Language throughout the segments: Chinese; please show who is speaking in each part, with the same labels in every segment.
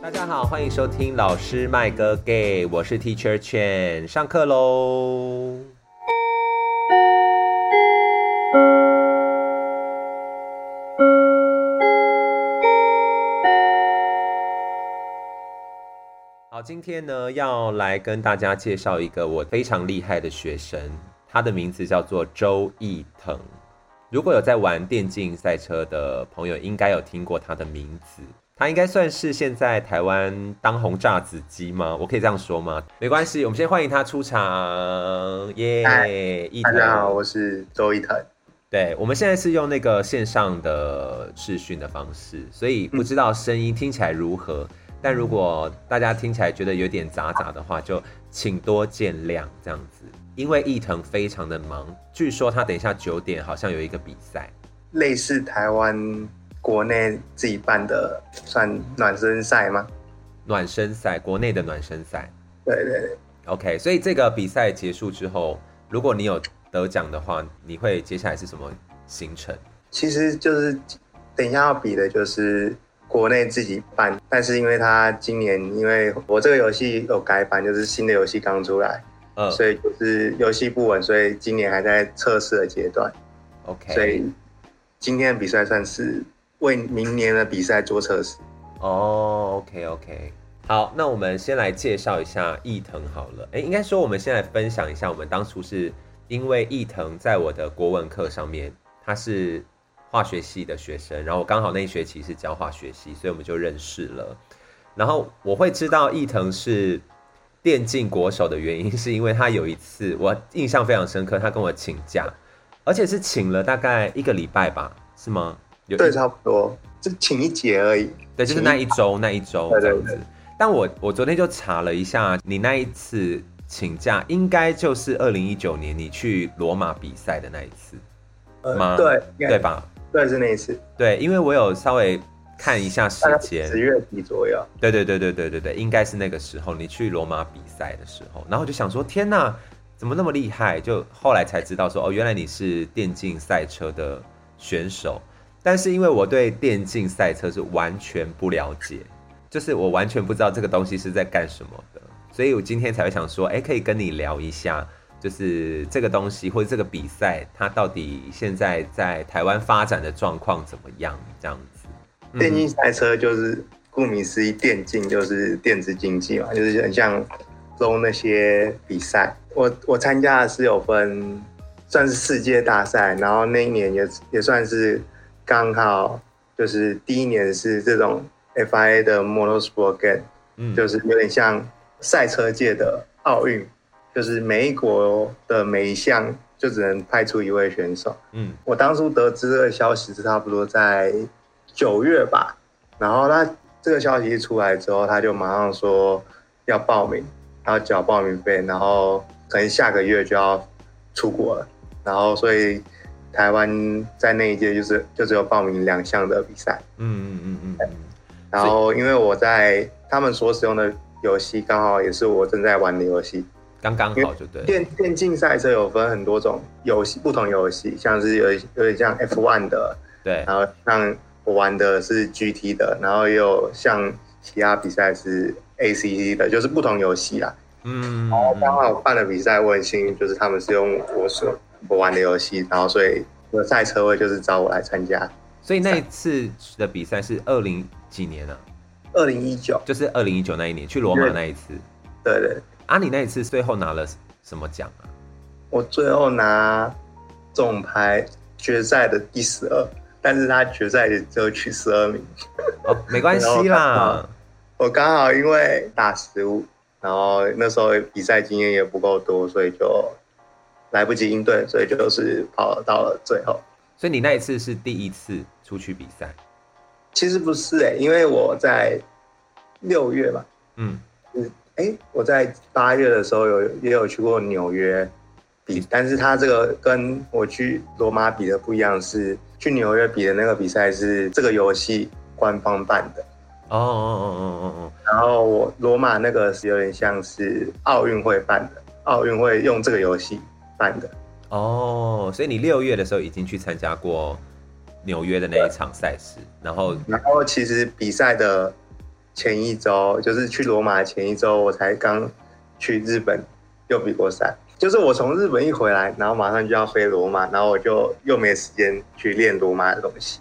Speaker 1: 大家好，欢迎收听老师麦哥 Gay，我是 Teacher Chen，上课喽。好，今天呢要来跟大家介绍一个我非常厉害的学生，他的名字叫做周奕腾。如果有在玩电竞赛车的朋友，应该有听过他的名字。他应该算是现在台湾当红炸子鸡吗？我可以这样说吗？没关系，我们先欢迎他出场，耶、
Speaker 2: 嗨
Speaker 1: 奕
Speaker 2: 大
Speaker 1: 腾。
Speaker 2: 家好，我是周一腾。
Speaker 1: 对，我们现在是用那个线上的视讯的方式，所以不知道声音听起来如何。但如果大家听起来觉得有点杂杂的话，就请多见谅这样子。因为伊藤非常的忙，据说他等一下九点好像有一个比赛。
Speaker 2: 类似台湾国内自己办的算暖身赛吗？
Speaker 1: 暖身赛，国内的暖身赛。
Speaker 2: 对对对，
Speaker 1: OK，所以这个比赛结束之后，如果你有得奖的话，你会接下来是什么行程？
Speaker 2: 其实就是等一下要比的就是国内自己办，但是因为它今年因为我这个游戏有改版，就是新的游戏刚出来，
Speaker 1: 呃
Speaker 2: 所以就是游戏不稳，所以今年还在测试的阶段，
Speaker 1: ，OK，
Speaker 2: 所以今天的比赛算是为明年的比赛做测试。
Speaker 1: 哦，OK，OK、o k OK，好，那我们先来介绍一下伊藤好了。哎，应该说我们先来分享一下，我们当初是因为伊藤在我的国文课上面，他是化学系的学生，然后我刚好那一学期是教化学系，所以我们就认识了。然后我会知道伊藤是电竞国手的原因，是因为他有一次我印象非常深刻，他跟我请假，而且是请了大概一个礼拜吧，是吗？有一
Speaker 2: 对，差不多，就请一节而已。
Speaker 1: 对，就是那一周那一周
Speaker 2: 对
Speaker 1: 这
Speaker 2: 对
Speaker 1: 样子。但我我昨天就查了一下，你那一次请假应该就是二零一九年你去罗马比赛的那一次，吗
Speaker 2: 呃，对，应该
Speaker 1: 对吧？
Speaker 2: 对，是那一次，
Speaker 1: 对，因为我有稍微看一下时
Speaker 2: 大概
Speaker 1: 间，
Speaker 2: 十月底左右。
Speaker 1: 对对对对对对对，应该是那个时候你去罗马比赛的时候，然后我就想说，天呐，怎么那么厉害？就后来才知道说，哦，原来你是电竞赛车的选手。但是因为我对电竞赛车是完全不了解，就是我完全不知道这个东西是在干什么的，所以我今天才会想说，哎，可以跟你聊一下，就是这个东西或者这个比赛，它到底现在在台湾发展的状况怎么样？这样子。嗯
Speaker 2: 电竞赛车就是顾名思义，电竞就是电子竞技嘛，就是很像中那些比赛。我我参加的是有分，算是世界大赛，然后那一年也也算是刚好就是第一年是这种 FIA 的 Motorsport Game，
Speaker 1: 嗯
Speaker 2: 就是有点像赛车界的奥运，就是每一国的每一项就只能派出一位选手。
Speaker 1: 嗯
Speaker 2: 我当初得知这个消息是差不多在九月吧，然后他这个消息一出来之后，他就马上说要报名，要缴报名费，然后可能下个月就要出国了，然后所以台湾在那一届就是就只有报名两项的比赛，
Speaker 1: 嗯嗯嗯嗯嗯，
Speaker 2: 然后因为我在他们所使用的游戏刚好也是我正在玩的游戏，
Speaker 1: 刚刚好就对了。
Speaker 2: 电电竞赛车有分很多种游戏，不同游戏，像是有一有点像 F1 的。
Speaker 1: 对，
Speaker 2: 然后像我玩的是 GT 的，然后也有像其他比赛是 ACC 的，就是不同游戏啦。
Speaker 1: 嗯，
Speaker 2: 刚好我办的比赛，我很幸运，就是他们是用我所我玩的游戏，然后所以我的赛车位就是找我来参加。
Speaker 1: 所以那一次的比赛是二零几年啊，
Speaker 2: 二零一九，
Speaker 1: 就是二零一九那一年去罗马那一次。
Speaker 2: 对对，
Speaker 1: 啊，你那一次最后拿了什么奖啊？
Speaker 2: 我最后拿总排决赛的第十二，但是他决赛也只有取十二名。
Speaker 1: 哦，没关系啦，
Speaker 2: 我刚好因为打食物，然后那时候比赛经验也不够多，所以就来不及应对，所以就是跑到了最后。
Speaker 1: 所以你那一次是第一次出去比赛。
Speaker 2: 其实不是哎、因为我在六月吧，
Speaker 1: 嗯，
Speaker 2: 哎、我在八月的时候有也有去过纽约比，但是他这个跟我去罗马比的不一样是，去纽约比的那个比赛是这个游戏官方办的。
Speaker 1: 哦哦哦哦哦
Speaker 2: 然后我罗马那个是有点像是奥运会办的，奥运会用这个游戏办的。
Speaker 1: 哦哦，所以你六月的时候已经去参加过纽约的那一场赛事，然后
Speaker 2: 然后其实比赛的前一周，就是去罗马前一周，我才刚去日本又比过赛。就是我从日本一回来，然后马上就要飞罗马，然后我就又没时间去练罗马的东西。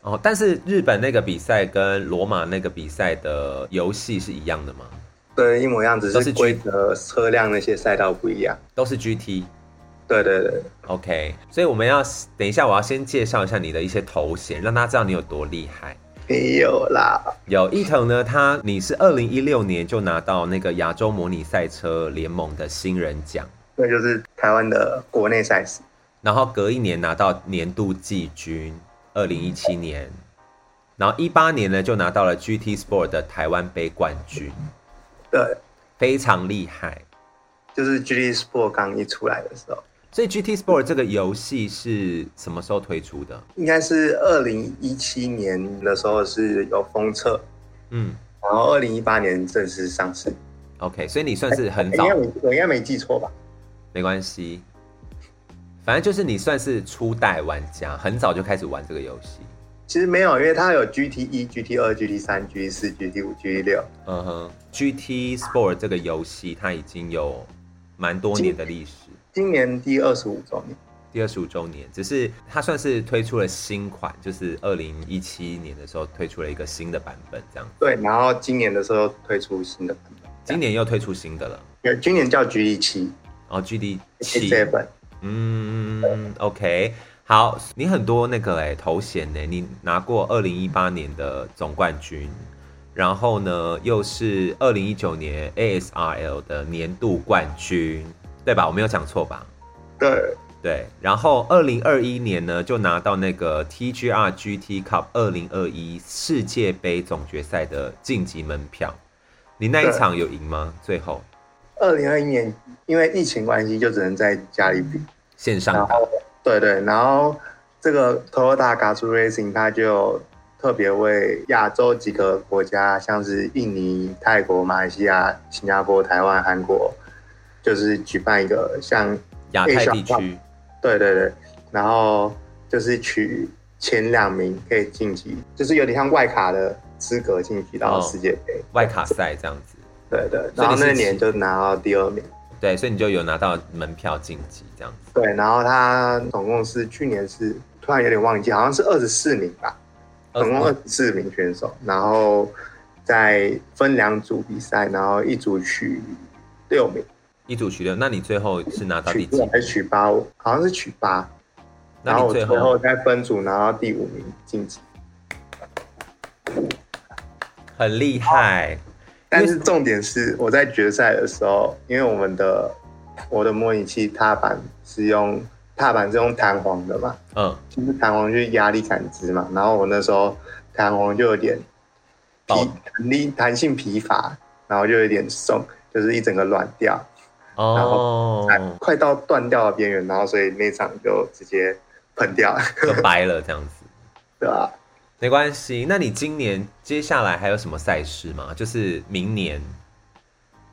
Speaker 1: 哦，但是日本那个比赛跟罗马那个比赛的游戏是一样的吗？
Speaker 2: 对，一模一样，只
Speaker 1: 都是
Speaker 2: 是规则、车辆那些赛道不一样。
Speaker 1: 都是 GT。
Speaker 2: 对对对，
Speaker 1: OK，所以我们要等一下，我要先介绍一下你的一些头衔，让大家知道你有多厉害。
Speaker 2: 没有啦，
Speaker 1: 有伊藤呢，他你是二零一六年就拿到那个亚洲模拟赛车联盟的新人奖，
Speaker 2: 那就是台湾的国内赛事。
Speaker 1: 然后隔一年拿到年度季军，二零一七年，然后一八年呢就拿到了 GT Sport 的台湾杯冠军，
Speaker 2: 对，
Speaker 1: 非常厉害。
Speaker 2: 就是 GT Sport 刚一出来的时候，
Speaker 1: 所以 GT Sport 这个游戏是什么时候推出的？
Speaker 2: 应该是二零一七年的时候是有封测，
Speaker 1: 嗯
Speaker 2: 然后二零一八年正式上市。
Speaker 1: ，OK，所以你算是很
Speaker 2: 应
Speaker 1: 早
Speaker 2: 该，没，我应该没记错吧？
Speaker 1: 没关系，反正就是你算是初代玩家，很早就开始玩这个游戏。
Speaker 2: 其实没有，因为它有 GT 一、GT 二、GT 三、GT 四、GT 五、GT 六。
Speaker 1: 嗯哼，GT Sport 这个游戏它已经有蛮多年的历史，
Speaker 2: 今年第二十五周年，
Speaker 1: 第二十五周年，只是它算是推出了新款，就是二零一七年的时候推出了一个新的版本，这样。
Speaker 2: 对，然后今年的时候推出新的版本，
Speaker 1: 今年又推出新的了，
Speaker 2: 因为今年叫 GT 七
Speaker 1: 然后 GT
Speaker 2: ，GT
Speaker 1: 七，
Speaker 2: seven。
Speaker 1: 嗯，OK，好，你很多那个哎、头衔呢、你拿过二零一八年的总冠军，然后呢又是二零一九年 ASRL 的年度冠军，对吧？我没有讲错吧？
Speaker 2: 对，
Speaker 1: 对，然后二零二一年呢，就拿到那个 TGR GT Cup 二零二一世界杯总决赛的晋级门票。你那一
Speaker 2: 对
Speaker 1: 场有赢吗？最后
Speaker 2: 二零二一年因为疫情关系，就只能在家里比。
Speaker 1: 线上
Speaker 2: 然
Speaker 1: 打，
Speaker 2: 后，对对，然后这个 Toyota Gazoo Racing 它就特别为亚洲几个国家，像是印尼、泰国、马来西亚、新加坡、台湾、韩国，就是举办一个像
Speaker 1: 亚太地
Speaker 2: Asia
Speaker 1: 区
Speaker 2: 对对对，然后就是取前两名可以晋级，就是有点像外卡的资格晋级到
Speaker 1: 哦
Speaker 2: 世界杯。
Speaker 1: 外卡赛这样子。
Speaker 2: 对对，
Speaker 1: 所以
Speaker 2: 然后
Speaker 1: 你是
Speaker 2: 那
Speaker 1: 几
Speaker 2: 年就拿到第二名。
Speaker 1: 对，所以你就有拿到门票晋级这样子。
Speaker 2: 对，然后他总共是去年是突然有点忘记，好像是二十四名吧，
Speaker 1: 呃
Speaker 2: 总
Speaker 1: 哦
Speaker 2: 共二十四名选手，然后再分两组比赛，然后一组取六名，
Speaker 1: 一组取六，那你最后是拿到第
Speaker 2: 取
Speaker 1: 几
Speaker 2: 六？还是取八？好像是取八，
Speaker 1: 那
Speaker 2: 然后
Speaker 1: 你
Speaker 2: 我
Speaker 1: 最
Speaker 2: 最
Speaker 1: 后
Speaker 2: 后再分组拿到第五名晋级。
Speaker 1: 很厉害，
Speaker 2: 但是重点是我在决赛的时候，因为我们的我的模拟器踏板是用踏板是用弹簧的嘛，
Speaker 1: 嗯，
Speaker 2: 就是弹簧就是压力感知嘛，然后我那时候弹簧就有点疲
Speaker 1: 爆
Speaker 2: 弹力弹性疲乏，然后就有点松，就是一整个软掉，
Speaker 1: 哦，
Speaker 2: 快到断掉的边缘，然后所以那场就直接喷掉了，
Speaker 1: 就掰了这样子，
Speaker 2: 对吧、
Speaker 1: 没关系。那你今年接下来还有什么赛事吗？就是明年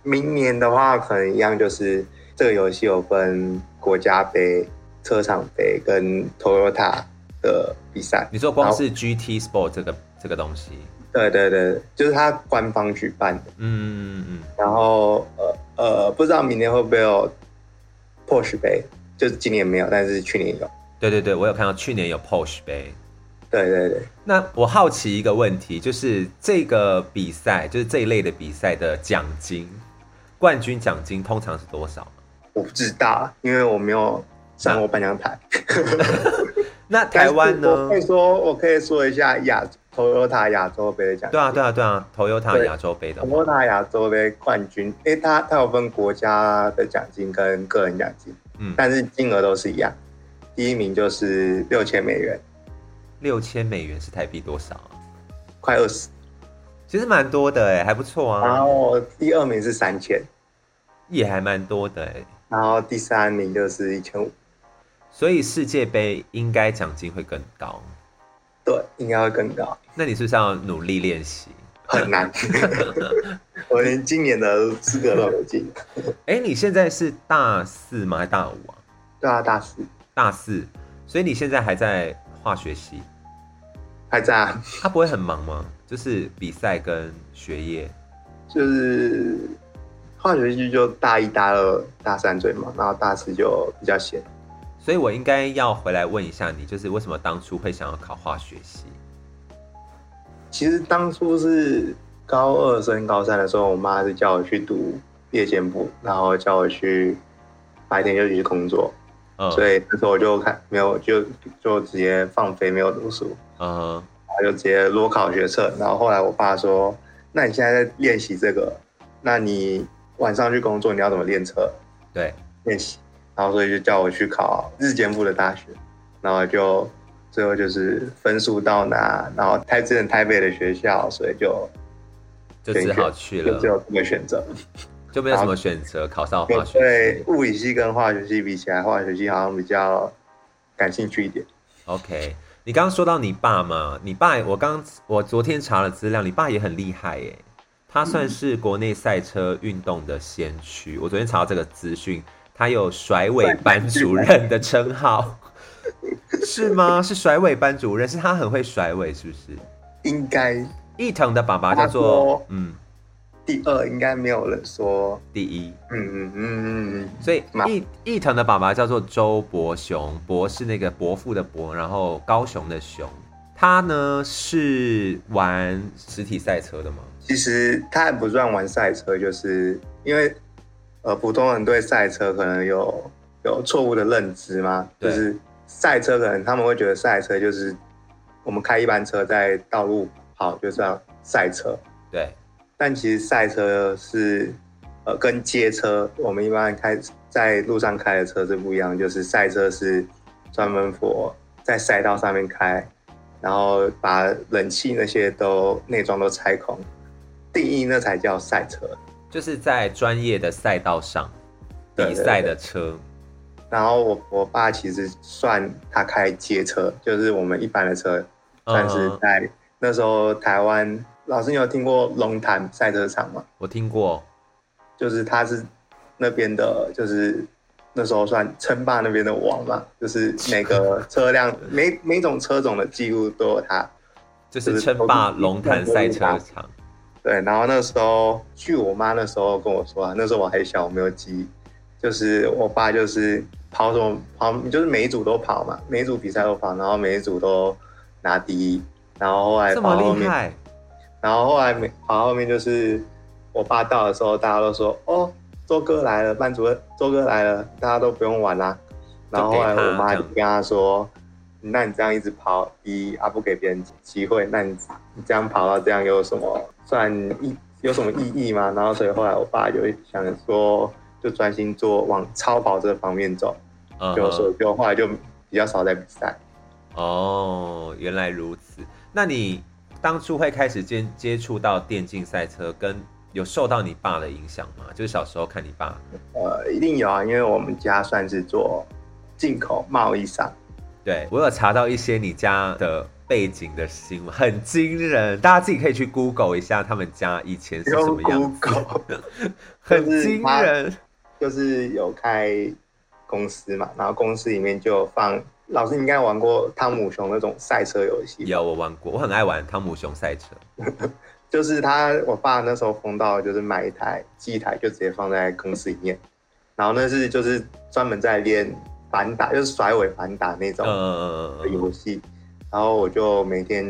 Speaker 2: 明年的话，可能一样就是这个游戏有分国家杯、车厂杯跟 Toyota 的比赛。
Speaker 1: 你说光
Speaker 2: 好
Speaker 1: 是 GT Sport 这个这个东西，
Speaker 2: 对对对，就是它官方举办的。
Speaker 1: 嗯嗯嗯
Speaker 2: 然后呃呃，不知道明年会不会有 Porsche 杯，就是今年没有，但是去年有。
Speaker 1: 嗯，对对对，我有看到去年有 Porsche 杯。
Speaker 2: 对对对，
Speaker 1: 那我好奇一个问题，就是这个比赛，就是这一类的比赛的奖金，冠军奖金通常是多少？
Speaker 2: 我不知道，因为我没有上过颁奖台。
Speaker 1: 那台湾
Speaker 2: 但是
Speaker 1: 呢
Speaker 2: 我可？以说，我可以说一下亚 Toyota 亚洲杯的奖。
Speaker 1: 对啊，对啊，对啊，Toyota
Speaker 2: 对
Speaker 1: 亚洲杯的话，
Speaker 2: Toyota 亚洲杯冠军，诶，它它有分国家的奖金跟个人奖金，
Speaker 1: 嗯，
Speaker 2: 但是金额都是一样。第一名就是六千美元，
Speaker 1: 六千美元是台币多少啊？
Speaker 2: 快二十。
Speaker 1: 其实蛮多的哎，还不错
Speaker 2: 然
Speaker 1: 啊，
Speaker 2: 后第二名是三千，
Speaker 1: 也还蛮多的哎。
Speaker 2: 然后第三名就是一千五。
Speaker 1: 所以世界杯应该奖金会更高。
Speaker 2: 对，应该会更高，
Speaker 1: 那你是不是要努力练习？
Speaker 2: 很难。我连今年的资格都没进，
Speaker 1: 哎，你现在是大四吗？还大五啊？
Speaker 2: 对啊，大四
Speaker 1: 大四，所以你现在还在化学系。
Speaker 2: 还在啊，
Speaker 1: 他不会很忙吗？就是比赛跟学业，
Speaker 2: 就是化学系就大一、大二、大三最忙，然后大四就比较闲。
Speaker 1: 所以我应该要回来问一下你，就是为什么当初会想要考化学系？
Speaker 2: 其实当初是高二升高三的时候，我妈是叫我去读夜间部，然后叫我去白天就去工作，
Speaker 1: 嗯，
Speaker 2: 所以那时候我就看没有就就直接放飞，没有读书，
Speaker 1: 嗯哼，
Speaker 2: 然后就直接裸考学测。然后后来我爸说：“那你现在在练习这个，那你晚上去工作，你要怎么练车
Speaker 1: 对，
Speaker 2: 练习？”然后所以就叫我去考日间部的大学，然后就最后就是分数到哪，然后台之前台北的学校，所以就
Speaker 1: 就只好去
Speaker 2: 就
Speaker 1: 了
Speaker 2: 只，有这个选择。
Speaker 1: 就没有什么选择，考上化学
Speaker 2: 对
Speaker 1: 系。
Speaker 2: 物理系跟化学系比起来，化学系好像比较感兴趣一点。
Speaker 1: OK，你刚刚说到你爸嘛，你爸我刚我昨天查了资料，你爸也很厉害耶，他算是国内赛车运动的先驱。我昨天查到这个资讯，他有甩尾班主任的称 号，是吗？是甩尾班主任，是他很会甩尾，是不是？
Speaker 2: 应该
Speaker 1: 伊藤的爸爸叫
Speaker 2: 他
Speaker 1: 做
Speaker 2: 说
Speaker 1: 嗯
Speaker 2: 第二应该没有人说，
Speaker 1: 第一，
Speaker 2: 嗯嗯嗯嗯
Speaker 1: 所以
Speaker 2: 妈
Speaker 1: 伊伊藤的爸爸叫做周伯雄，伯是那个伯父的伯，然后高雄的雄。他呢是玩实体赛车的吗？
Speaker 2: 其实他还不算玩赛车，就是因为呃普通人对赛车可能有有错误的认知嘛，
Speaker 1: 对
Speaker 2: 就是赛车可能他们会觉得赛车就是我们开一般车在道路跑就算赛车，
Speaker 1: 对，
Speaker 2: 但其实赛车是呃跟街车我们一般开在路上开的车是不一样，就是赛车是专门 for 在赛道上面开，然后把冷气那些都内装都拆空，定义那才叫赛车。
Speaker 1: 就是在专业的赛道上
Speaker 2: 对
Speaker 1: 比赛的车。
Speaker 2: 然后我我爸其实算他开街车，就是我们一般的车，但是
Speaker 1: 嗯
Speaker 2: 在那时候台湾，老师你有听过龙潭赛车场吗？
Speaker 1: 我听过，
Speaker 2: 就是他是那边的，就是那时候算称霸那边的王嘛，就是每个车辆每每种车种的记录都有他。
Speaker 1: 就是称霸龙潭赛车场。
Speaker 2: 对，然后那时候据我妈那时候跟我说啊，那时候我还小，我没有记忆，就是我爸就是跑什么跑，就是每一组都跑嘛，每一组比赛都跑，然后每一组都拿第一，然后后来
Speaker 1: 这么
Speaker 2: 跑后
Speaker 1: 厉
Speaker 2: 面
Speaker 1: 害，
Speaker 2: 然后后来没，然后后面就是我爸到的时候，大家都说哦，周哥来了，班主任周哥来了，大家都不用玩啦。
Speaker 1: 就给他
Speaker 2: 然后后来我妈
Speaker 1: 这
Speaker 2: 就
Speaker 1: 样
Speaker 2: 跟他说，那你这样一直跑一啊，不给别人机会，那你你这样跑到这样有什么算意有什么意义吗？然后所以后来我爸就想说，就专心做往超跑这方面走，
Speaker 1: 嗯
Speaker 2: 就所
Speaker 1: 哼
Speaker 2: 以就后来就比较少在比赛。
Speaker 1: 哦，原来如此。那你当初会开始接接触到电竞赛车，跟有受到你爸的影响吗？就是小时候看你爸，
Speaker 2: 呃，一定有啊，因为我们家算是做进口贸易商。
Speaker 1: 对我有查到一些你家的背景的新闻，很惊人，大家自己可以去 Google 一下他们家以前是什
Speaker 2: 用
Speaker 1: 么样子，
Speaker 2: Google
Speaker 1: 很
Speaker 2: 就是
Speaker 1: 惊
Speaker 2: 他
Speaker 1: 人。
Speaker 2: 就是有开公司嘛，然后公司里面就有放，老师你应该玩过汤姆熊那种赛车游戏，
Speaker 1: 有我玩过，我很爱玩汤姆熊赛车。
Speaker 2: 就是他我爸那时候疯到就是买一台机台就直接放在公司里面，然后那是就是专门在练反打，就是甩尾反打那种
Speaker 1: 嗯
Speaker 2: 的游戏，然后我就每天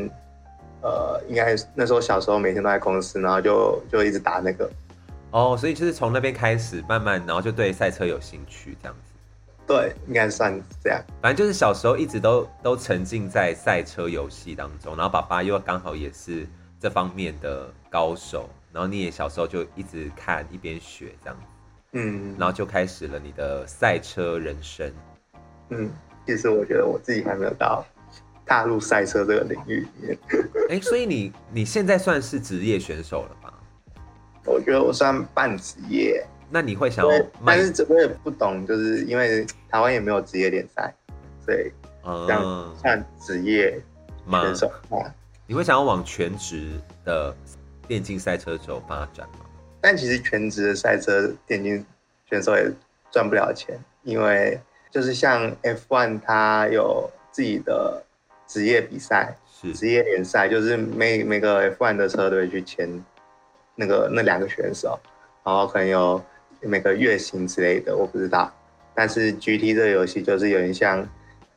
Speaker 2: 呃应该那时候小时候每天都在公司，然后就就一直打那个，
Speaker 1: 哦，所以就是从那边开始，慢慢然后就对赛车有兴趣这样子。
Speaker 2: 对，应该算这样。
Speaker 1: 反正就是小时候一直都都沉浸在赛车游戏当中，然后爸爸又刚好也是这方面的高手，然后你也小时候就一直看一边学这样，
Speaker 2: 嗯，
Speaker 1: 然后就开始了你的赛车人生。
Speaker 2: 嗯，其实我觉得我自己还没有到踏入赛车这个领域里面，
Speaker 1: 哎，所以你你现在算是职业选手了吧？
Speaker 2: 我觉得我算半职业，
Speaker 1: 那你会想
Speaker 2: 因
Speaker 1: 要
Speaker 2: 为
Speaker 1: 卖
Speaker 2: 但是这我也不懂，就是因为台湾也没有职业联赛，所以这样
Speaker 1: 嗯
Speaker 2: 算职业
Speaker 1: 吗？
Speaker 2: 选手啊。
Speaker 1: 你会想要往全职的电竞赛车手发展吗？
Speaker 2: 但其实全职的赛车电竞选手也赚不了钱，因为就是像 F1 它有自己的职业比赛，
Speaker 1: 是
Speaker 2: 职业联赛，就是每每个 F1 的车队去签那个那两个选手，然后可能有每个月薪之类的，我不知道。但是 GT 这个游戏就是有点像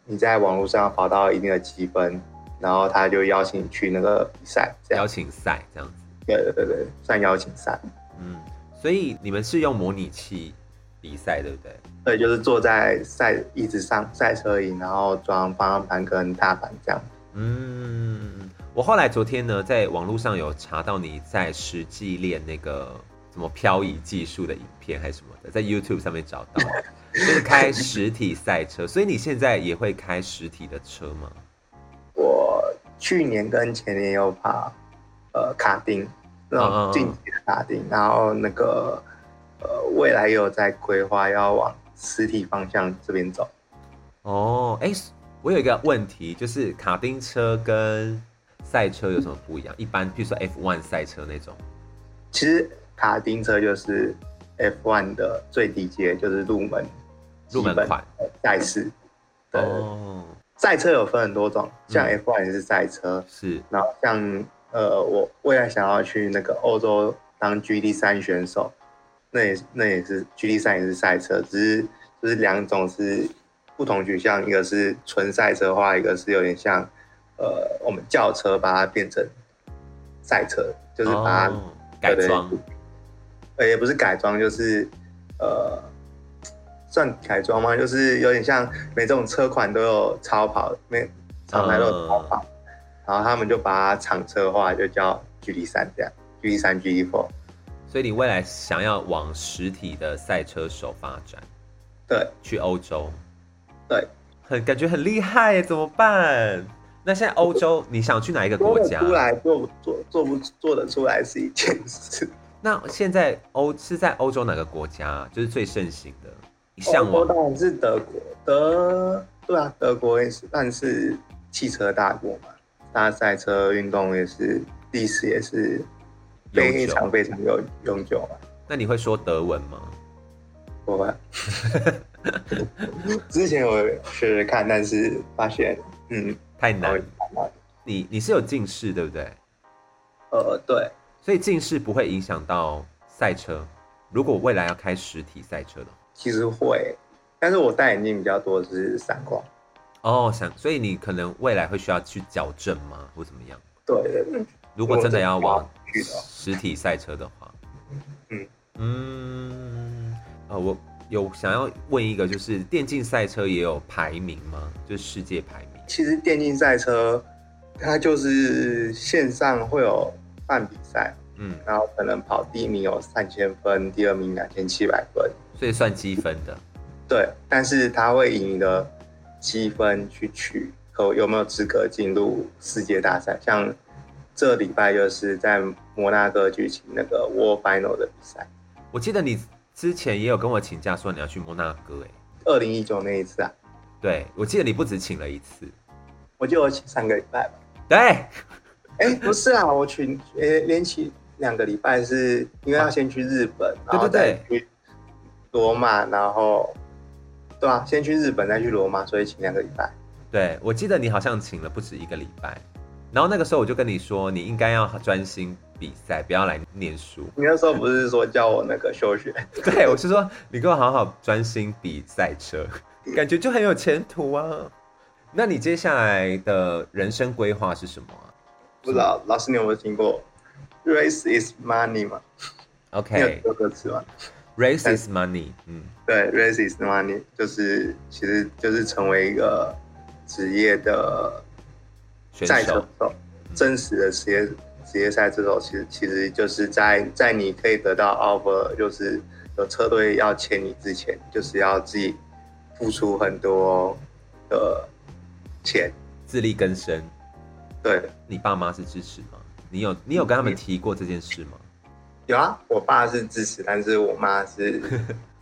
Speaker 2: 你在网络上跑到一定的积分，然后他就邀请你去那个比赛，这
Speaker 1: 邀
Speaker 2: 样。
Speaker 1: 请赛这样子。
Speaker 2: 对对对对，算邀请赛。
Speaker 1: 嗯，所以你们是用模拟器比赛，对不对？
Speaker 2: 对，就是坐在赛椅子上赛车椅，然后装方向盘跟踏板这样。
Speaker 1: 嗯，我后来昨天呢，在网络上有查到你在实际练那个什么漂移技术的影片还是什么的，在 YouTube 上面找到，就是开实体赛车， 所以你现在也会开实体的车吗？
Speaker 2: 我去年跟前年有跑呃卡丁，
Speaker 1: 嗯
Speaker 2: 那
Speaker 1: 嗯嗯
Speaker 2: 种竞技的卡丁，然后那个呃未来也有在规划要往实体方向这边走。
Speaker 1: 哦，哎、我有一个问题，就是卡丁车跟赛车有什么不一样？一般，譬如说 F1 赛车那种，
Speaker 2: 其实卡丁车就是 F1 的最低阶，就是入门
Speaker 1: 入门款
Speaker 2: 基本的赛事。对，
Speaker 1: 哦，嗯
Speaker 2: 赛车有分很多种，像 F1 也是赛车，
Speaker 1: 是
Speaker 2: 然后像呃，我未来想要去那个欧洲当 GT 三选手，那也那也是 GT 三也是赛车，只是就是两种是不同取向，一个是纯赛车化，一个是有点像呃我们轿车把它变成赛车，就是把它、
Speaker 1: 哦、改装
Speaker 2: 对，呃也不是改装，就是呃算改装吗？就是有点像每种车款都有超跑，每厂牌都有
Speaker 1: 嗯
Speaker 2: 超跑，然后他们就把它厂车化，就叫 GT 三这样，GT 三 GT four。
Speaker 1: 所以你未来想要往实体的赛车手发展，
Speaker 2: 对
Speaker 1: 去欧洲，
Speaker 2: 对，
Speaker 1: 很感觉很厉害耶，怎么办？那现在欧洲你想去哪一个
Speaker 2: 做
Speaker 1: 国
Speaker 2: 得
Speaker 1: 家？
Speaker 2: 出来做不做做不做得出来是一件 事。
Speaker 1: 那现在欧是在欧洲哪个国家？就是最盛行的，向
Speaker 2: 欧洲
Speaker 1: 往
Speaker 2: 哦当然是德国，德对啊，德国也是，但是汽车大国嘛，大赛车运动也是历史也是非
Speaker 1: 悠
Speaker 2: 常
Speaker 1: 久。
Speaker 2: 非常有永久啊。
Speaker 1: 那你会说德文吗？
Speaker 2: 我吧 之前我试试看，但是发现，嗯，
Speaker 1: 太难
Speaker 2: 哦。
Speaker 1: 你你是有近视对不对？
Speaker 2: 呃，对，
Speaker 1: 所以近视不会影响到赛车。如果未来要开实体赛车的话
Speaker 2: 其实会，但是我戴眼镜比较多是散光。
Speaker 1: 哦，想，所以你可能未来会需要去矫正吗，或怎么样？
Speaker 2: 对对对，
Speaker 1: 如果真的要往
Speaker 2: 去的话
Speaker 1: 实体赛车的话，
Speaker 2: 嗯
Speaker 1: 嗯呃，我有想要问一个，就是电竞赛车也有排名吗？就是世界排名
Speaker 2: 其实电竞赛车它就是线上会有办比赛，
Speaker 1: 嗯，
Speaker 2: 然后可能跑第一名有三千分，第二名两千七百分，
Speaker 1: 所以算积分的。
Speaker 2: 对，但是它会以你的积分去取可有没有资格进入世界大赛。像这礼拜就是在摩纳哥举行那个 World Final 的比赛，
Speaker 1: 我记得你之前也有跟我请假说你要去摩纳哥、欸，
Speaker 2: 二零一九那一次啊，
Speaker 1: 对我记得你不止请了一次，
Speaker 2: 我记得我请三个礼 拜吧。
Speaker 1: 对，
Speaker 2: 哎，不是啊，我请诶连请两个礼拜是因为要先去日本，然后
Speaker 1: 对对
Speaker 2: 再
Speaker 1: 对
Speaker 2: 去罗马，然后对啊，先去日本再去罗马，所以请两个礼拜。
Speaker 1: 对，我记得你好像请了不止一个礼拜，然后那个时候我就跟你说，你应该要专心比赛，不要来念书。
Speaker 2: 你那时候不是说叫我那个休学？
Speaker 1: 对，我是说你给我好好专心比赛车，感觉就很有前途啊。那你接下来的人生规划是什么啊
Speaker 2: 不知道老师你有没有听过 “race is money” 嘛？你有听
Speaker 1: ？OK，race、
Speaker 2: 过这个词吗？
Speaker 1: Race is money，嗯，
Speaker 2: 对，“race is money” 就是其实就是成为一个职业的
Speaker 1: 选
Speaker 2: 赛车
Speaker 1: 手，
Speaker 2: 手，真实的职业职业赛车手，其实其实就是在在你可以得到 offer，就是有车队要签你之前，就是要自己付出很多的钱。
Speaker 1: 自力更生。
Speaker 2: 对，
Speaker 1: 你爸妈是支持吗？你有你有跟他
Speaker 2: 嗯
Speaker 1: 们提过这件事吗？
Speaker 2: 有啊，我爸是支持，但是我妈是，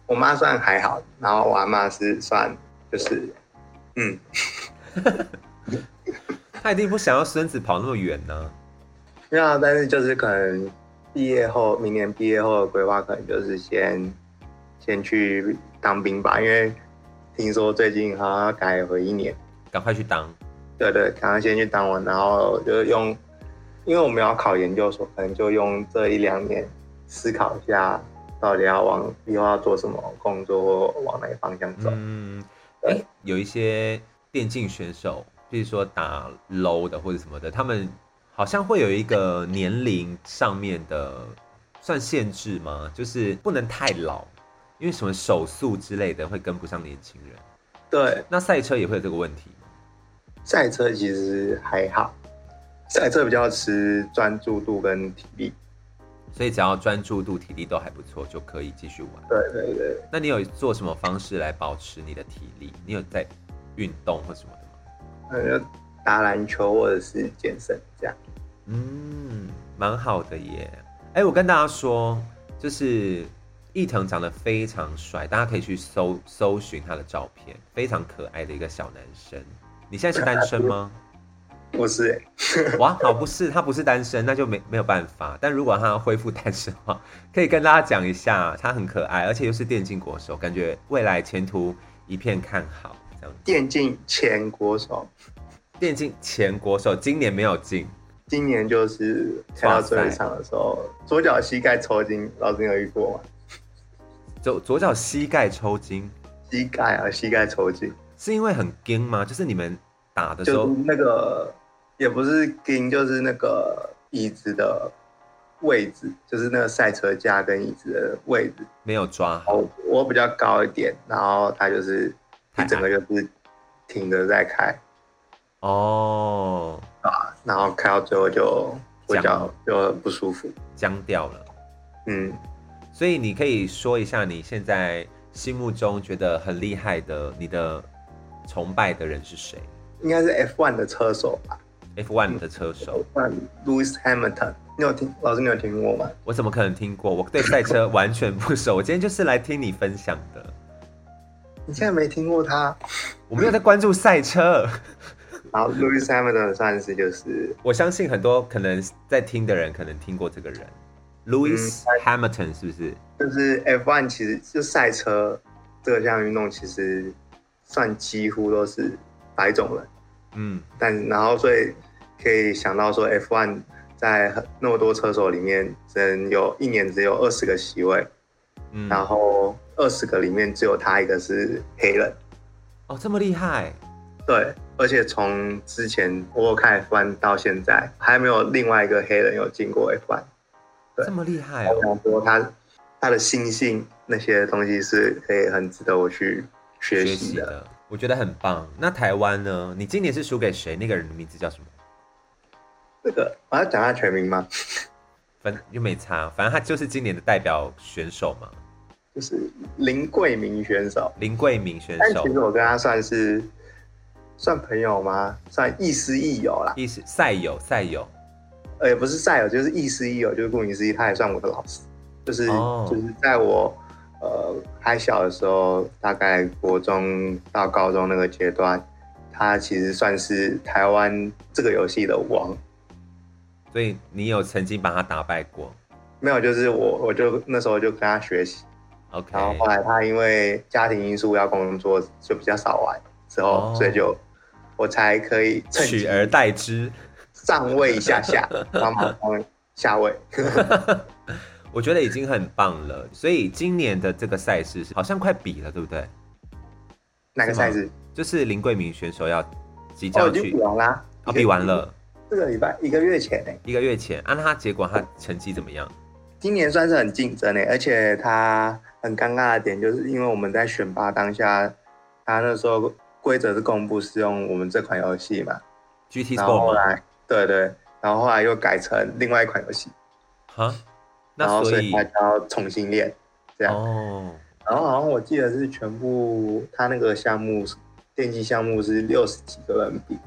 Speaker 2: 我妈算还好，然后我阿妈是算就是，嗯，
Speaker 1: 他一定不想要孙子跑那么远呢、
Speaker 2: 那啊但是就是可能毕业后，明年毕业后的规划可能就是先先去当兵吧，因为听说最近好像要改回一年，
Speaker 1: 赶快去当。
Speaker 2: 对对对，赶快先去当完，然后就是用，因为我们要考研究所，可能就用这一两年思考一下，到底要往以后要做什么工作，或往哪个方向走。
Speaker 1: 嗯，哎、有一些电竞选手，比如说打 low 的或者什么的，他们好像会有一个年龄上面的算限制吗？就是不能太老，因为什么手速之类的会跟不上年轻人。
Speaker 2: 对，
Speaker 1: 那赛车也会有这个问题吗
Speaker 2: 赛车其实还好，赛车比较吃专注度跟体力。
Speaker 1: 所以只要专注度、体力都还不错，就可以继续玩。
Speaker 2: 对对对，
Speaker 1: 那你有做什么方式来保持你的体力？你有在运动或什么的吗？
Speaker 2: 嗯，就打篮球或者是健身这样。
Speaker 1: 嗯，蛮好的耶。哎、我跟大家说，就是伊藤长得非常帅，大家可以去搜搜寻他的照片，非常可爱的一个小男生。你现在是单身吗？
Speaker 2: 不是、欸，
Speaker 1: 哇，好不是，他不是单身，那就没没有办法。但如果他恢复单身的话，可以跟大家讲一下，他很可爱，而且又是电竞国手，感觉未来前途一片看好。这样，
Speaker 2: 电竞前国手，
Speaker 1: 电竞前国手今年没有进，
Speaker 2: 今年就是开到最后一场的时候，左脚膝盖抽筋，老师你有遇过吗？
Speaker 1: 左左脚膝盖抽筋，
Speaker 2: 膝盖啊，膝盖抽筋，
Speaker 1: 是因为很硬吗？就是你们打的时
Speaker 2: 就
Speaker 1: 候
Speaker 2: 是，那个也不是钉，就是那个椅子的位置，就是那个赛车架跟椅子的位置。
Speaker 1: 没有抓好，
Speaker 2: 我哦我比较高一点，然后他就是一整个就是挺着在开，
Speaker 1: 哦，
Speaker 2: 然后开到最后就我脚就很不舒服。
Speaker 1: 僵掉了。
Speaker 2: 嗯，
Speaker 1: 所以你可以说一下你现在心目中觉得很厉害的，你的崇拜的人是谁
Speaker 2: 应该是 F1 的车手吧嗯
Speaker 1: ？F1 的车手，
Speaker 2: ，F1 Lewis Hamilton。你有听老师你有听过吗？
Speaker 1: 我怎么可能听过？我对赛车完全不熟。我今天就是来听你分享的，
Speaker 2: 你现在没听过他？
Speaker 1: 我没有在关注赛车。
Speaker 2: 然后 Lewis Hamilton 算是就是
Speaker 1: 我相信很多可能在听的人可能听过这个人，Louis
Speaker 2: 嗯
Speaker 1: Hamilton 是不是？
Speaker 2: 就是 F1 其实就赛车这项运动其实算几乎都是白种人，
Speaker 1: 嗯，
Speaker 2: 但然后所以可以想到说 F1 在很那么多车手里面，只能有一年只有二十个席位，
Speaker 1: 嗯
Speaker 2: 然后二十个里面只有他一个是黑人，
Speaker 1: 哦，这么厉害，
Speaker 2: 对，而且从之前我有看 F1 到现在，还没有另外一个黑人有进过 F1。对
Speaker 1: 这么厉害
Speaker 2: 我
Speaker 1: 哦！
Speaker 2: 想说他他的心性那些东西是可以很值得我去学
Speaker 1: 学
Speaker 2: 习
Speaker 1: 习
Speaker 2: 的。
Speaker 1: 的，我觉得很棒。那台湾呢？你今年是输给谁？那个人的名字叫什么？
Speaker 2: 这个我要讲他全名吗？
Speaker 1: 反又没差，反正他就是今年的代表选手嘛，
Speaker 2: 就是林桂明选手。
Speaker 1: 林桂明选
Speaker 2: 但
Speaker 1: 手
Speaker 2: 其，实我跟他算是算朋友吗？算亦师亦友啦，
Speaker 1: 意思赛友赛友，
Speaker 2: 呃，也不是赛友，就是亦师亦友，就是顾名思义，他也算我的老师。就是、
Speaker 1: 哦
Speaker 2: 就是在我呃还小的时候，大概国中到高中那个阶段，他其实算是台湾这个游戏的王。
Speaker 1: 所以你有曾经把他打败过
Speaker 2: 没有，就是我我就那时候就跟他学习，
Speaker 1: ？OK，
Speaker 2: 然后后来他因为家庭因素要工作，就比较少玩，之后、
Speaker 1: 哦
Speaker 2: 所以就我才可以趁
Speaker 1: 取
Speaker 2: 机
Speaker 1: 而代之。
Speaker 2: 上位一 下下，然后马上下位。
Speaker 1: 我觉得已经很棒了，所以今年的这个赛事是好像快比了，对不对？
Speaker 2: 哪个赛事？
Speaker 1: 就是林桂明选手要即
Speaker 2: 哦，已
Speaker 1: 将
Speaker 2: 经
Speaker 1: 去
Speaker 2: 比完啦，
Speaker 1: 啊，比完了
Speaker 2: 这个礼拜一个月前呢、
Speaker 1: 一个月前，按、他结果他成绩怎么样？
Speaker 2: 今年算是很竞争呢、而且他很尴尬的点就是因为我们在选拔当下，他那时候规则是公布是用我们这款游戏嘛，
Speaker 1: GT
Speaker 2: 然后后
Speaker 1: Sport 吗？
Speaker 2: 来对对，然后后来又改成另外一款游戏，
Speaker 1: 哈，
Speaker 2: 然后
Speaker 1: 那
Speaker 2: 所
Speaker 1: 所
Speaker 2: 以
Speaker 1: 以
Speaker 2: 他就要重新练这样。
Speaker 1: 哦，
Speaker 2: 然后好像我记得是全部他那个项目是电竞项目是六十几个人比，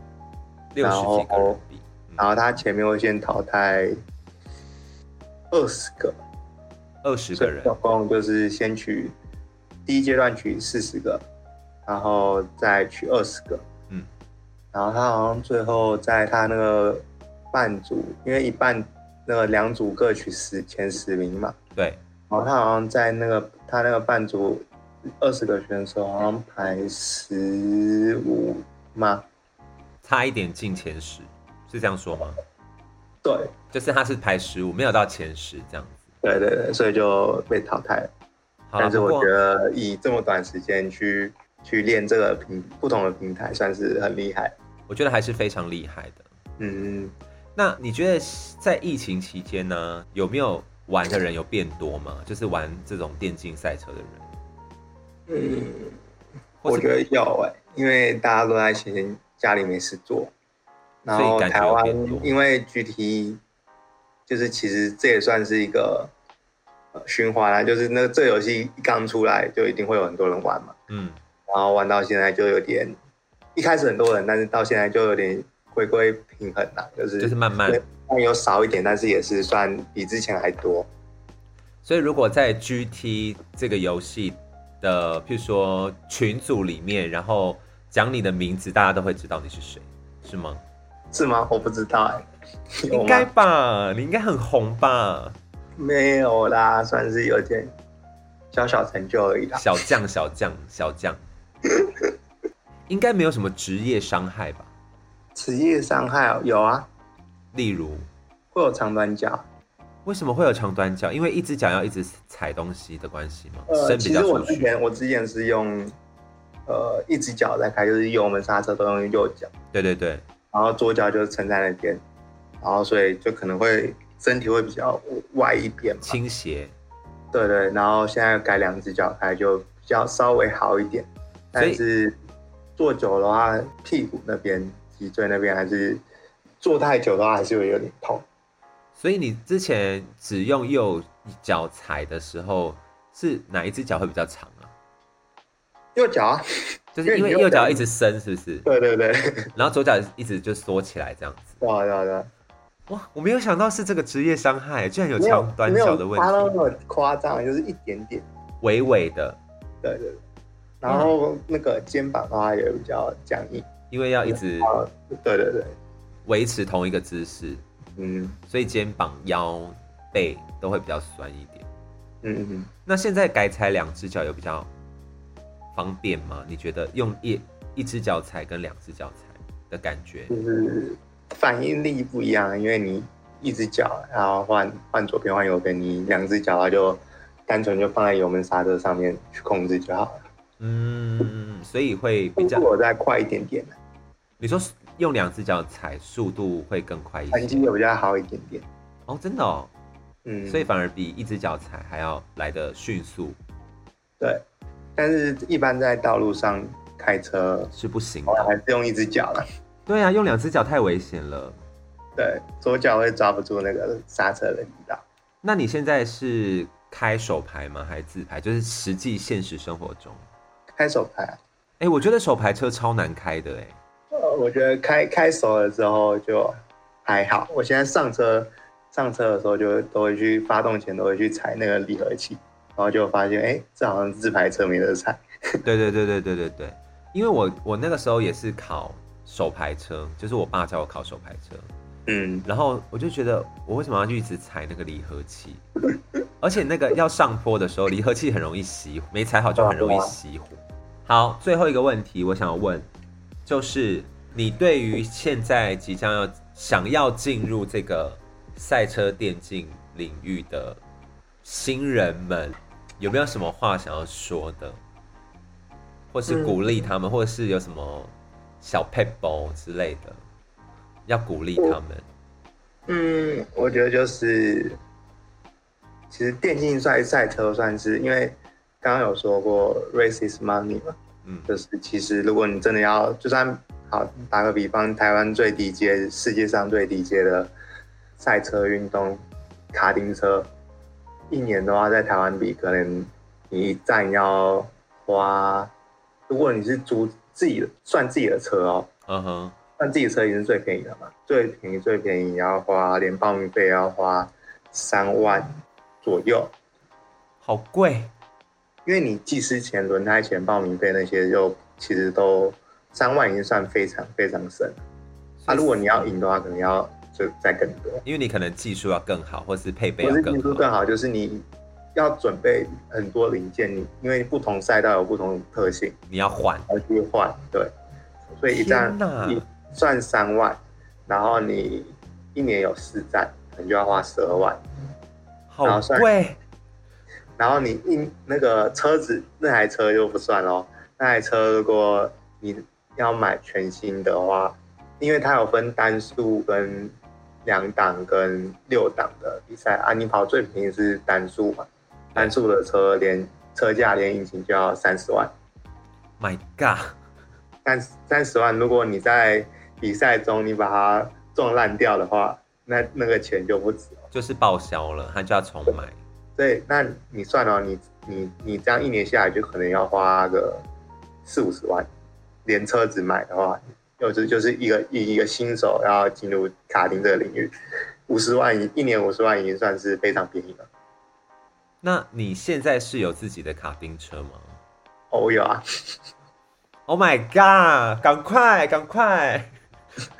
Speaker 1: 六十几个
Speaker 2: 然
Speaker 1: 人
Speaker 2: 后
Speaker 1: 比，嗯
Speaker 2: 然后他前面会先淘汰二十个，
Speaker 1: 二十
Speaker 2: 所
Speaker 1: 个
Speaker 2: 以
Speaker 1: 人，
Speaker 2: 总共就是先取第一阶段取四十个，然后再取二十个，
Speaker 1: 嗯，
Speaker 2: 然后他好像最后在他那个半组，因为一半那个两组各取十前十名嘛，
Speaker 1: 对，
Speaker 2: 然后他好像在那个他那个半组二十个选手好像排十五嘛，
Speaker 1: 差一点进前十，是这样说吗？
Speaker 2: 对
Speaker 1: 就是他是排十五，没有到前十这样子。
Speaker 2: 对对对，所以就被淘汰了。
Speaker 1: 好了，
Speaker 2: 但是
Speaker 1: 不
Speaker 2: 我
Speaker 1: 过
Speaker 2: 觉得以这么短时间去去练这个平不同的平台，算是很厉害。
Speaker 1: 我觉得还是非常厉害的。
Speaker 2: 嗯，
Speaker 1: 那你觉得在疫情期间呢，有没有玩的人有变多吗？就是玩这种电竞赛车的人，
Speaker 2: 嗯，
Speaker 1: 或
Speaker 2: 我
Speaker 1: 是
Speaker 2: 觉得要哎、因为大家都在闲闲家里没事做，然后
Speaker 1: 所以感觉
Speaker 2: 台湾
Speaker 1: 有变多
Speaker 2: 因为 GT，就是其实这也算是一个、呃、循环啦，就是那这游戏一刚出来就一定会有很多人玩嘛，
Speaker 1: 嗯，
Speaker 2: 然后玩到现在就有点，一开始很多人，但是到现在就有点回归平衡啦，就是
Speaker 1: 就是慢慢
Speaker 2: 对。但有少一点，但是也是算比之前还多。
Speaker 1: 所以如果在 GT 这个游戏的，譬如说群组里面，然后讲你的名字，大家都会知道你是谁，是吗？
Speaker 2: 是吗？我不知道哎、欸，有
Speaker 1: 应
Speaker 2: 吗
Speaker 1: 该吧，你应该很红吧，
Speaker 2: 没有啦，算是有点小小成就而已啦。
Speaker 1: 小将，小将，小将， 应该没有什么职业伤害吧？
Speaker 2: 职业伤害哦有啊，
Speaker 1: 例如，
Speaker 2: 会有长短脚。
Speaker 1: 为什么会有长短脚？因为一只脚要一直踩东西的关系吗？
Speaker 2: 呃，
Speaker 1: 伸
Speaker 2: 其
Speaker 1: 比较
Speaker 2: 实我
Speaker 1: 出
Speaker 2: 之
Speaker 1: 去。
Speaker 2: 前我之前是用呃一只脚在开，就是油门刹车都用右脚，
Speaker 1: 对对对，
Speaker 2: 然后左脚就是撑在那边，然后所以就可能会身体会比较歪一边嘛。
Speaker 1: 倾斜。
Speaker 2: 对对，然后现在改两只脚开就比较稍微好一点，
Speaker 1: 所以
Speaker 2: 但是坐久的话，屁股那边、脊椎那边还是坐太久的话，还是会有点痛。
Speaker 1: 所以你之前只用右脚踩的时候，是哪一只脚会比较长啊？
Speaker 2: 右 脚啊，
Speaker 1: 就是因为右脚一直伸，是不是？
Speaker 2: 对对对，
Speaker 1: 然后左脚一直就缩起来这样子。
Speaker 2: 对啊对啊对啊，
Speaker 1: 哇，我没有想到是这个职业伤害，居然有
Speaker 2: 没有
Speaker 1: 长短
Speaker 2: 没
Speaker 1: 脚
Speaker 2: 有
Speaker 1: 的问
Speaker 2: 夸到那
Speaker 1: 题，
Speaker 2: 么夸张，就是一点点。
Speaker 1: 微微的，
Speaker 2: 对对对，然后那个肩膀的话也比较僵硬。
Speaker 1: 因为要一直
Speaker 2: 啊，对对对，
Speaker 1: 维持同一个姿势，
Speaker 2: 嗯
Speaker 1: 所以肩膀、腰、背都会比较酸一点。
Speaker 2: 嗯嗯，
Speaker 1: 那现在改踩两只脚有比较方便吗？你觉得用一一只脚踩跟两只脚踩的感觉？
Speaker 2: 就是反应力不一样，因为你一只脚，然后换换左边换右边，你两只脚它啊就单纯就放在油门刹车上面去控制就好了。
Speaker 1: 嗯，所以会比
Speaker 2: 如
Speaker 1: 较。
Speaker 2: 果再快一点点，
Speaker 1: 你说用两只脚踩速度会更快一
Speaker 2: 成
Speaker 1: 些
Speaker 2: 绩也比较好一点点。
Speaker 1: 哦，真的哦，
Speaker 2: 嗯，
Speaker 1: 所以反而比一只脚踩还要来的迅速
Speaker 2: 嗯对，但是一般在道路上开车，
Speaker 1: 是不行
Speaker 2: 我还
Speaker 1: 的。
Speaker 2: 是用一只脚了。
Speaker 1: 对啊，用两只脚太危险了。
Speaker 2: 对，左脚会抓不住那个刹车的力道。
Speaker 1: 那你现在是开手牌吗？还是自牌？就是实际现实生活中，
Speaker 2: 开手牌、啊，
Speaker 1: 哎，我觉得手牌车超难开的哎。
Speaker 2: 呃，我觉得开开熟了之后就还好。我现在上车上车的时候就都会去发动前都会去踩那个离合器，然后就发现哎、诶这好像自排车没得踩。
Speaker 1: 对对对对对对对，因为我我那个时候也是考手排车，就是我爸叫我考手排车，
Speaker 2: 嗯，
Speaker 1: 然后我就觉得我为什么要去一直踩那个离合器， 而且那个要上坡的时候，离合器很容易熄火，没踩好就很容易熄火。好，最后一个问题我想要问，就是你对于现在即将要想要进入这个赛车电竞领域的新人们，有没有什么话想要说的，或是鼓励他们，或者是有什么小 p e b b l 之类的，要鼓励他们？
Speaker 2: 嗯，我觉得就是，其实电竞赛赛车算是，因为刚刚有说过 race is money 嘛，
Speaker 1: 嗯
Speaker 2: 就是其实如果你真的要，就算好打个比方，台湾最低阶、世界上最低阶的赛车运动，卡丁车，一年的话在台湾比，可能你一站要花，如果你是租自己的算自己的车哦，
Speaker 1: 嗯哼，
Speaker 2: 但自己车已经是最便宜的嘛，最便宜最便宜也要花，连报名费也要花三万左右，
Speaker 1: 好贵，
Speaker 2: 因为你技师钱、轮胎钱、报名费那些就其实都三万已经算非常非常省了。啊，如果你要赢的话，可能要就再更多。
Speaker 1: 因为你可能技术要更好，或是配备
Speaker 2: 不
Speaker 1: 要
Speaker 2: 是技
Speaker 1: 更
Speaker 2: 术
Speaker 1: 好。
Speaker 2: 更好，就是你要准备很多零件，你因为不同赛道有不同特性，
Speaker 1: 你要换，
Speaker 2: 要去换，对。所以一站
Speaker 1: 天哪
Speaker 2: 一算三万，然后你一年有四站，可能就要花十二万。然
Speaker 1: 好
Speaker 2: 后算
Speaker 1: 贵，
Speaker 2: 然后你一那个车子那台车就不算咯，那台车如果你要买全新的话，因为它有分单速跟两档跟六档的比赛啊，你跑最便宜是单速嘛，单速的车连车价连引擎就要三十万，
Speaker 1: ，My God，
Speaker 2: 三三十万，如果你在比赛中你把它撞烂掉的话，那那个钱就不值了。
Speaker 1: 就是报销了，他就要重买。
Speaker 2: 所以那你算哦，你你你这样一年下来就可能要花个四五十万，连车子买的话，就是就是一个一一个新手要进入卡丁这个领域，五十万一一年五十万已经算是非常便宜了。
Speaker 1: 那你现在是有自己的卡丁车吗
Speaker 2: 哦，我有啊，
Speaker 1: ？Oh my God，赶快赶快，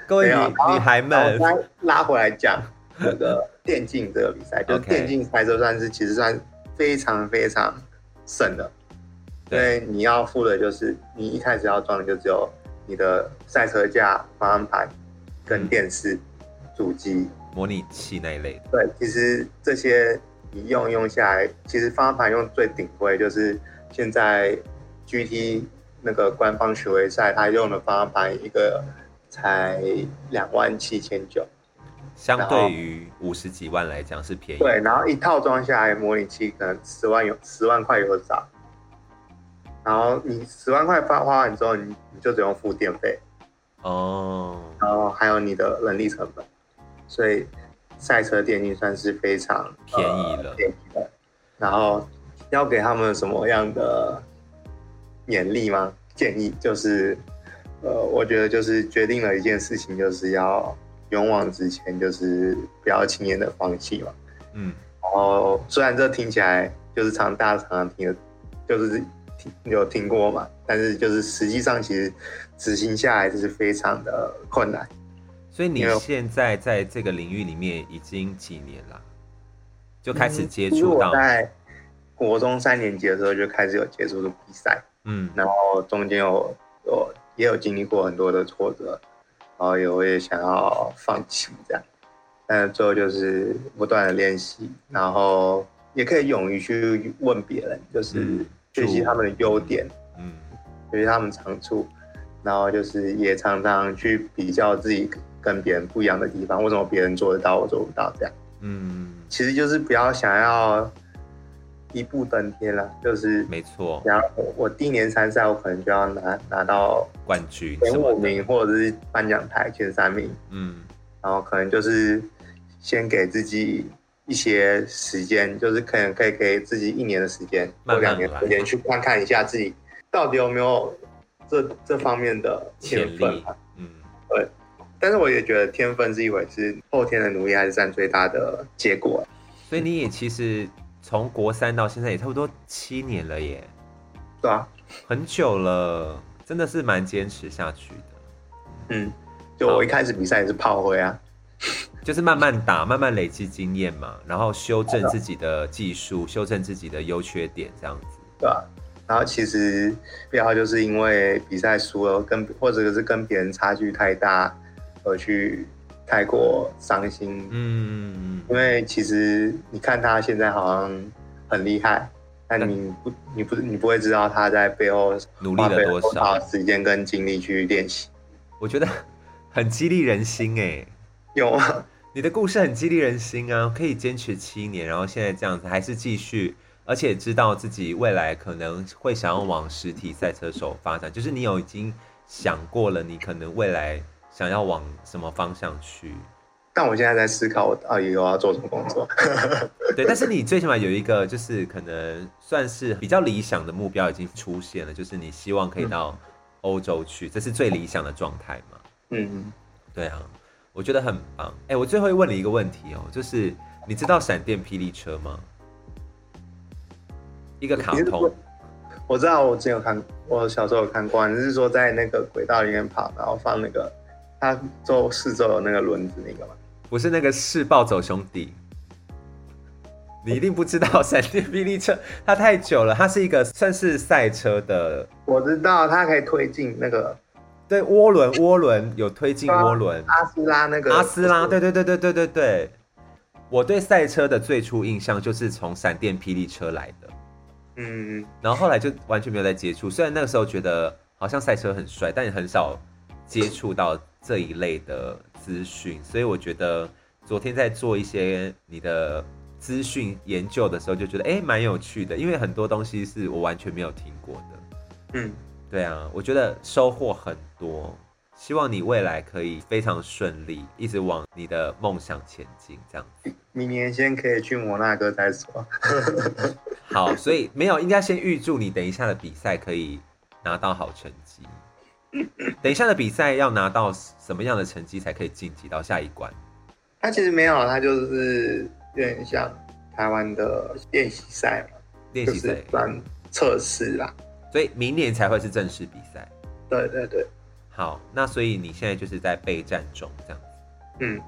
Speaker 1: 各位
Speaker 2: 没
Speaker 1: 女
Speaker 2: 有
Speaker 1: 女孩
Speaker 2: 那
Speaker 1: 们
Speaker 2: 我，再拉回来讲那个电竞这个比赛，就是
Speaker 1: OK
Speaker 2: 电竞赛车算是其实算非常非常省的，因
Speaker 1: 对
Speaker 2: 为你要付的就是你一开始要装的就只有你的赛车架、方向盘跟电视、主机。
Speaker 1: 模拟器那一类的，
Speaker 2: 对，其实这些你用用下来，其实方向盘用最顶规就是现在 GT 那个官方巡回赛，它用的方向盘一个才两万七千九。
Speaker 1: 相
Speaker 2: 然后
Speaker 1: 对于五十几万来讲是便宜。
Speaker 2: 对，然后一套装下来，模拟器可能十万有十万块有找，然后你十万块花花完之后，你你就只用付电费，
Speaker 1: 哦，
Speaker 2: 然后还有你的人力成本，所以赛车电竞算是非常
Speaker 1: 便宜了
Speaker 2: 呃便宜的。然后要给他们什么样的勉励吗？建议就是，呃，我觉得就是决定了一件事情，就是要勇往直前，就是不要轻言的放弃嘛。
Speaker 1: 嗯，
Speaker 2: 然后虽然这听起来就是常大家常常听的，就是听有听过嘛，但是就是实际上其实执行下来就是非常的困难。
Speaker 1: 所以你
Speaker 2: 因为
Speaker 1: 现在在这个领域里面已经几年啦，就开始接
Speaker 2: 其实
Speaker 1: 触
Speaker 2: 嗯我
Speaker 1: 到，
Speaker 2: 在国中三年级的时候就开始有接触比赛，
Speaker 1: 嗯，
Speaker 2: 然后中间有有也有经历过很多的挫折，然后也会想要放弃这样，但是最后就是不断的练习，然后也可以勇于去问别人，就是
Speaker 1: 嗯
Speaker 2: 学习他们的优点。
Speaker 1: 嗯，
Speaker 2: 就是他们长处，然后就是也常常去比较自己跟别人不一样的地方，为什么别人做得到，我做不到这样。
Speaker 1: 嗯，
Speaker 2: 其实就是不要想要一步登天了，就是
Speaker 1: 没错，
Speaker 2: 然后我我第一年参赛，我可能就要拿拿到
Speaker 1: 冠军
Speaker 2: 前
Speaker 1: 什么
Speaker 2: 五
Speaker 1: 的，
Speaker 2: 名或者是颁奖台前三名，
Speaker 1: 嗯，
Speaker 2: 然后可能就是先给自己。一些时间，就是可能可以给自己一年的时间
Speaker 1: 慢
Speaker 2: 或
Speaker 1: 慢
Speaker 2: 两年
Speaker 1: 来
Speaker 2: 的时间去观看一下自己到底有没有这这方面的
Speaker 1: 潜
Speaker 2: 天分
Speaker 1: 力
Speaker 2: 吧。，
Speaker 1: 嗯，
Speaker 2: 但是我也觉得天分是一回事，后天的努力还是占最大的结果。
Speaker 1: 所以你也其实从国三到现在也差不多七年了耶，
Speaker 2: 对啊，
Speaker 1: 很久了，真的是蛮坚持下去的，
Speaker 2: 嗯，就我一开始比赛也是炮灰啊，
Speaker 1: 就是慢慢打，慢慢累积经验嘛，然后修正自己的技术，修正自己的优缺点，这样子，
Speaker 2: 对吧、然后其实不要就是因为比赛输了跟或者是跟别人差距太大而去太过伤心，
Speaker 1: 嗯，
Speaker 2: 因为其实你看他现在好像很厉害，但你不你不你不会知道他在背后
Speaker 1: 努力
Speaker 2: 花费
Speaker 1: 了
Speaker 2: 了
Speaker 1: 多
Speaker 2: 多
Speaker 1: 少？
Speaker 2: 少时间跟精力去练习，
Speaker 1: 我觉得 很激励人心哎。
Speaker 2: 有吗？
Speaker 1: 你的故事很激励人心啊！可以坚持七年，然后现在这样子还是继续，而且知道自己未来可能会想要往实体赛车手发展，就是你有已经想过了，你可能未来想要往什么方向去。
Speaker 2: 但我现在在思考，我到底我要做什么工作。
Speaker 1: 对，但是你最起码有一个，就是可能算是比较理想的目标已经出现了，就是你希望可以到欧洲去，这是最理想的状态嘛？
Speaker 2: 嗯，
Speaker 1: 对啊，我觉得很棒。哎、我最后问你一个问题哦，就是你知道闪电霹雳车吗？一个卡
Speaker 2: 你是
Speaker 1: 通
Speaker 2: 说，我知道，我之前有看，我小时候有看过，你是说在那个轨道里面跑，然后放那个，它周四周有那个轮子那个吗？
Speaker 1: 不是那个是暴走兄弟。你一定不知 道闪电霹雳车，它太久了，它是一个算是赛车的，
Speaker 2: 我知道，它可以推进那个
Speaker 1: 对，涡轮涡轮有推进涡轮，
Speaker 2: 啊阿斯拉那个
Speaker 1: 阿斯拉，对对对对对对对。我对赛车的最初印象就是从闪电霹雳车来的，
Speaker 2: 嗯，
Speaker 1: 然后后来就完全没有再接触。虽然那个时候觉得好像赛车很帅，但也很少接触到这一类的资讯。所以我觉得昨天在做一些你的资讯研究的时候，就觉得哎蛮有趣的，因为很多东西是我完全没有听过的。
Speaker 2: 嗯，
Speaker 1: 对啊，我觉得收获很多。希望你未来可以非常顺利，一直往你的梦想前进，这样子。
Speaker 2: 明年先可以去摩纳哥再说。
Speaker 1: 好，所以没有，应该先预祝你等一下的比赛可以拿到好成绩。等一下的比赛要拿到什么样的成绩才可以晋级到下一关？
Speaker 2: 他其实没有，他就是有点像台湾的练习赛嘛，
Speaker 1: 练
Speaker 2: 就
Speaker 1: 习
Speaker 2: 是
Speaker 1: 赛，
Speaker 2: 算测试啦。
Speaker 1: 所以明年才会是正式比赛。
Speaker 2: 对对对，
Speaker 1: 好，那所以你现在就是在备战中这样子。
Speaker 2: 嗯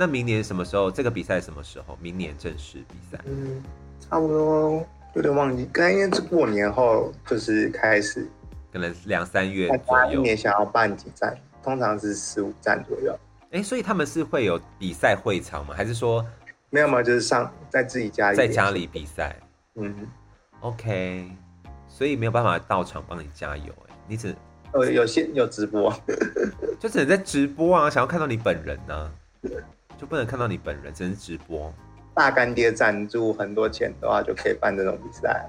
Speaker 1: 那明年什么时候？这个比赛什么时候？明年正式比赛。
Speaker 2: 嗯，差不多有点忘记，刚因为是过年后就是开始，
Speaker 1: 可能两三月
Speaker 2: 大
Speaker 1: 左
Speaker 2: 家一
Speaker 1: 右。
Speaker 2: 年想要办几站，通常是十五站左右。
Speaker 1: 哎、所以他们是会有比赛会场吗？还是说
Speaker 2: 没有嘛，就是上在自己家里，
Speaker 1: 在家，里比赛？
Speaker 2: 嗯，
Speaker 1: OK，所以没有办法到场帮你加油、欸，你只
Speaker 2: 有有些有直播，
Speaker 1: 就只能在直播啊，想要看到你本人呢、就不能看到你本人，只能直播。
Speaker 2: 大干爹赞助很多钱的话，就可以办这种比赛。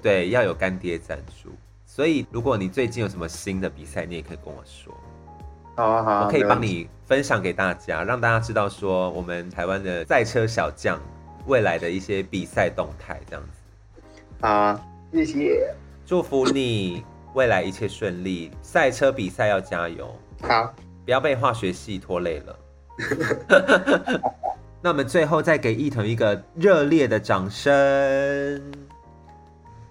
Speaker 1: 对，要有干爹赞助。所以如果你最近有什么新的比赛，你也可以跟我说，
Speaker 2: 好啊好啊，
Speaker 1: 我可以
Speaker 2: 没问
Speaker 1: 帮
Speaker 2: 题。
Speaker 1: 你分享给大家，让大家知道说我们台湾的赛车小将未来的一些比赛动态这样子。
Speaker 2: 好啊，谢谢。
Speaker 1: 祝福你未来一切顺利，赛车比赛要加油。
Speaker 2: 好，
Speaker 1: 不要被化学系拖累了。 那我们最后再给伊藤一个热烈的掌声，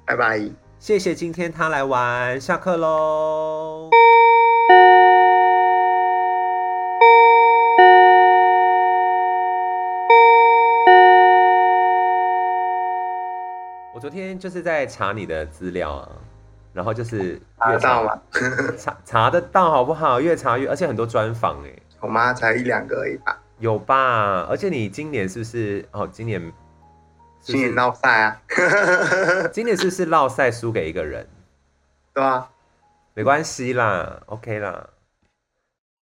Speaker 2: 拜拜。
Speaker 1: 谢谢今天他来玩，下课喽。我昨天就是在查你的资料啊，然后就是
Speaker 2: 得
Speaker 1: 越查
Speaker 2: 到吗？
Speaker 1: 查查得到好不好？越查越，而且很多专访哎、
Speaker 2: 我妈才一两个而已吧，
Speaker 1: 有吧？而且你今年是不是？哦，今年是
Speaker 2: 今
Speaker 1: 不
Speaker 2: 年
Speaker 1: 是？
Speaker 2: 闹赛啊，
Speaker 1: 今年是不是落赛输给一个人？
Speaker 2: 对吧、啊？
Speaker 1: 没关系啦，OK 啦。